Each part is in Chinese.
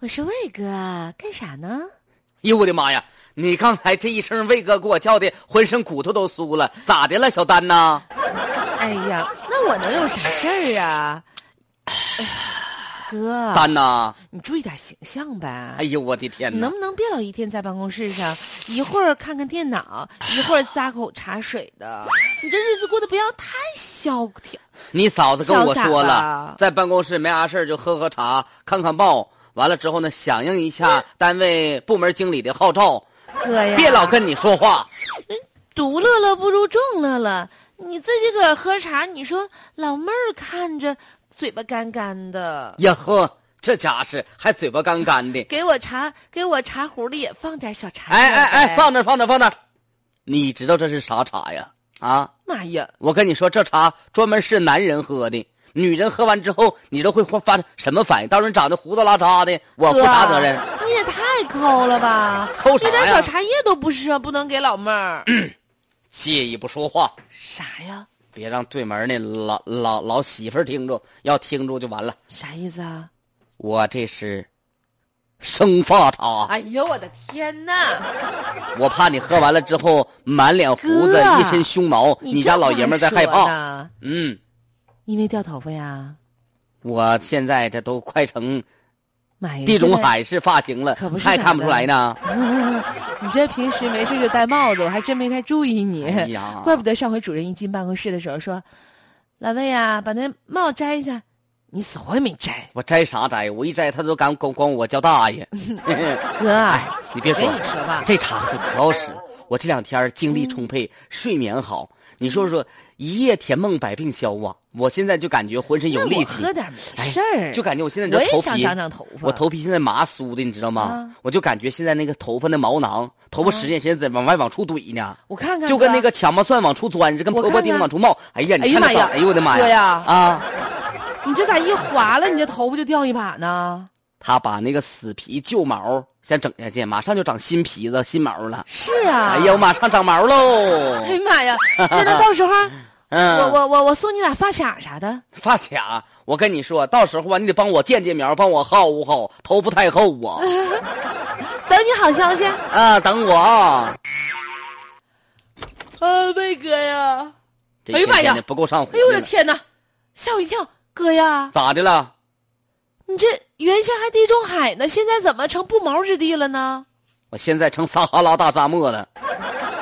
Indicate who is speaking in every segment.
Speaker 1: 我说魏哥，啊干啥呢？
Speaker 2: 哎呦我的妈呀！你刚才这一声魏哥给我叫的，浑身骨头都酥了，咋的了，小丹呐？
Speaker 1: 哎呀，那我能有啥事儿啊？哎哥，
Speaker 2: 丹呐？
Speaker 1: 你注意点形象呗。
Speaker 2: 哎呦我的天
Speaker 1: 你
Speaker 2: 哪
Speaker 1: 能！不能别老一天在办公室上，一会儿看看电脑，一会儿咂口茶水的？你这日子过得不要太萧条。
Speaker 2: 你嫂子跟我说
Speaker 1: 潇洒
Speaker 2: 了
Speaker 1: 吧，
Speaker 2: 在办公室没啥事儿就喝喝茶，看看报，完了之后呢，响应一下单位部门经理的号召，
Speaker 1: 哥嗯哎呀，
Speaker 2: 别老跟你说话。
Speaker 1: 独乐乐不如众乐乐。你自己个儿喝茶，你说老妹儿看着嘴巴干干的，
Speaker 2: 呀呵，这家是还嘴巴干干的。
Speaker 1: 给我茶给我茶壶里也放点小茶叶呗。
Speaker 2: 哎哎哎，放那儿放那儿放那儿，你知道这是啥茶呀？啊，
Speaker 1: 妈呀！
Speaker 2: 我跟你说，这茶专门是男人喝的，女人喝完之后，你都会发发什么反应？到时候你长得胡子拉碴的，我负
Speaker 1: 哥，
Speaker 2: 啥责任？
Speaker 1: 啊你也太抠了吧！
Speaker 2: 抠啥
Speaker 1: 这点
Speaker 2: 呀嗯
Speaker 1: 小茶叶都不是啊，不能给老妹儿。
Speaker 2: 介意不说话，
Speaker 1: 啥呀？
Speaker 2: 别让对门那老老老媳妇儿听着，要听着就完了。
Speaker 1: 啥意思啊？
Speaker 2: 我这是生发茶，
Speaker 1: 哎呦，我的天哪！
Speaker 2: 我怕你喝完了之后满脸胡子，
Speaker 1: 哥啊
Speaker 2: 一身胸毛，你家老爷们儿在害怕。
Speaker 1: 怕？
Speaker 2: 嗯。
Speaker 1: 因为掉头发呀？
Speaker 2: 我现在这都快成
Speaker 1: 妈呀！
Speaker 2: 地中海式发型了，
Speaker 1: 可不是
Speaker 2: 还
Speaker 1: 咋
Speaker 2: 看不出
Speaker 1: 的
Speaker 2: 来呢。
Speaker 1: 现在。 你这平时没事就戴帽子，我还真没太注意你。
Speaker 2: 哎呀，
Speaker 1: 怪不得上回主任一进办公室的时候说：“老魏啊，把那帽摘一下。”你死活也没摘，
Speaker 2: 我摘啥摘？我一摘他都敢管管我叫大爷。
Speaker 1: 哥啊，
Speaker 2: 哎，你别
Speaker 1: 嗯我
Speaker 2: 说
Speaker 1: 跟，你嗯说吧，
Speaker 2: 这茶喝可好使。我这两天精力充沛，睡眠好。你说说，一夜甜梦百病消啊！我现在就感觉浑身有
Speaker 1: 那
Speaker 2: 力
Speaker 1: 我
Speaker 2: 气，哎
Speaker 1: 喝点没事儿，
Speaker 2: 就感觉我现在
Speaker 1: 我
Speaker 2: 这头
Speaker 1: 也想
Speaker 2: 皮，
Speaker 1: 长长头发，
Speaker 2: 我头皮现在麻酥的，你知道吗
Speaker 1: 啊？
Speaker 2: 我就感觉现在那个头发那毛囊，头发
Speaker 1: 啊
Speaker 2: 时间现在在往外往出怼呢。
Speaker 1: 我看看，
Speaker 2: 就跟那
Speaker 1: 哥
Speaker 2: 个强巴蒜往出钻似的，跟
Speaker 1: 我
Speaker 2: 婆婆
Speaker 1: 看
Speaker 2: 丁
Speaker 1: 看
Speaker 2: 往出冒。哎呀，
Speaker 1: 哎
Speaker 2: 你
Speaker 1: 呀
Speaker 2: 看那
Speaker 1: 妈呀
Speaker 2: 板，哎呦我的妈
Speaker 1: 哥
Speaker 2: 呀！
Speaker 1: 呀，
Speaker 2: 啊，
Speaker 1: 你这咋一划了，你这头发就掉一把呢？
Speaker 2: 他把那个死皮旧毛先整下去，马上就长新皮子、新毛了。
Speaker 1: 是啊，
Speaker 2: 哎呀，我马上长毛
Speaker 1: 哎
Speaker 2: 喽！
Speaker 1: 呀妈呀！那那到时候我
Speaker 2: 嗯，
Speaker 1: 我我我送你俩发卡啥的，
Speaker 2: 发卡，我跟你说，到时候啊，你得帮我见见苗，帮我薅薅，头不太厚 啊！
Speaker 1: 等你好消息。
Speaker 2: 啊，等我啊！
Speaker 1: 啊，魏哥呀！
Speaker 2: 这
Speaker 1: 哎呀
Speaker 2: 天
Speaker 1: 妈呀
Speaker 2: 天的不够上火
Speaker 1: 哎呦我的
Speaker 2: 了
Speaker 1: 天哪，吓我一跳！哥呀，
Speaker 2: 咋的了？
Speaker 1: 你这原先还地中海呢，现在怎么成不毛之地了呢？
Speaker 2: 我现在成撒哈拉大沙漠了。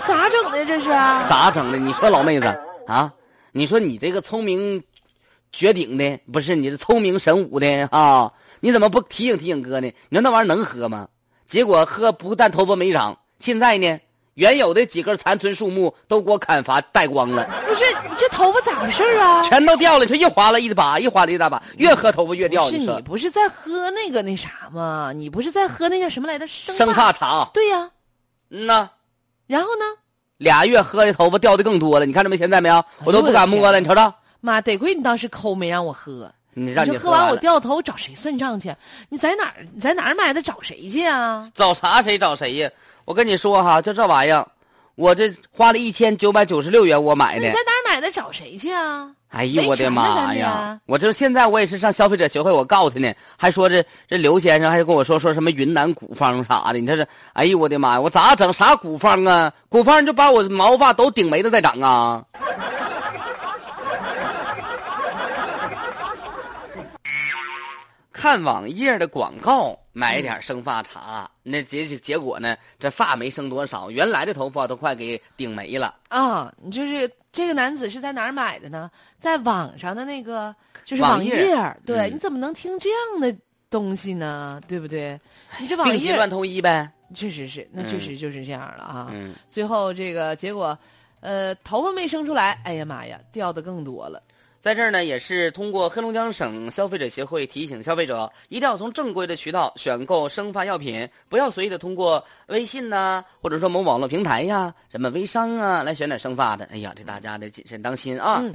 Speaker 1: 咋整的这是？咋
Speaker 2: 咋整的？你说老妹子啊，你说你这个聪明绝顶的，不是你这聪明神武的啊？你怎么不提醒提醒哥呢？你说那玩意儿能喝吗？结果喝不但头发没长，现在呢，原有的几根残存树木都给我砍伐带光了，
Speaker 1: 不是你这头发咋回事儿啊？
Speaker 2: 全都掉了。你说一划拉一把，一划拉一大把，越喝头发越掉。
Speaker 1: 不是
Speaker 2: 你
Speaker 1: 你
Speaker 2: 说
Speaker 1: 不是在喝那个那啥吗？你不是在喝那叫什么来着？生
Speaker 2: 生发茶，
Speaker 1: 对呀、
Speaker 2: 嗯呐，
Speaker 1: 然后呢？
Speaker 2: 俩月喝的头发掉的更多了。你看着没？现在没有，我
Speaker 1: 哎
Speaker 2: 都不敢摸了。你瞅瞅，
Speaker 1: 妈，得亏你当时抠没让我喝。
Speaker 2: 你让
Speaker 1: 你
Speaker 2: 你
Speaker 1: 说
Speaker 2: 喝
Speaker 1: 喝完我
Speaker 2: 了
Speaker 1: 掉头找谁算账去？你在哪儿？你在哪儿买的？找谁去啊？
Speaker 2: 找啥谁找谁呀？我跟你说哈，就这玩意儿，我这花了一千九百九十六元我买
Speaker 1: 那
Speaker 2: 的
Speaker 1: 你在。哪儿买的？找谁去啊？
Speaker 2: 哎呦
Speaker 1: 没
Speaker 2: 我的
Speaker 1: 钱呢咱
Speaker 2: 妈
Speaker 1: 们
Speaker 2: 呀
Speaker 1: 呀！
Speaker 2: 我这现在我也是上消费者协会，我告他呢，还说这这刘先生还跟我说说什么云南古方啥的，你这是，哎呦我的妈呀！我咋整啥古方啊？古方就把我毛发都顶没了再长啊！ 看网页的广告，买
Speaker 1: 嗯
Speaker 2: 点生发茶，那结结果呢？这发没生多少，原来的头发都快给顶没了。
Speaker 1: 啊，你就是这个男子是在哪儿买的呢？在网上的那个就是
Speaker 2: 网
Speaker 1: 网
Speaker 2: 页
Speaker 1: 页儿，对、
Speaker 2: 嗯
Speaker 1: 你怎么能听这样的东西呢？对不对？你这网
Speaker 2: 病急
Speaker 1: 页
Speaker 2: 乱投医呗。
Speaker 1: 确实是，那确实就是这样了啊。
Speaker 2: 嗯，
Speaker 1: 最后这个结果，呃，头发没生出来，哎呀妈呀，掉的更多了。
Speaker 2: 在这儿呢，也是通过黑龙江省消费者协会提醒消费者，一定要从正规的渠道选购生发药品，不要随意的通过微信呐、或者说某网络平台呀、什么微商啊来选点生发的。哎呀，这大家得谨慎当心啊。
Speaker 1: 嗯。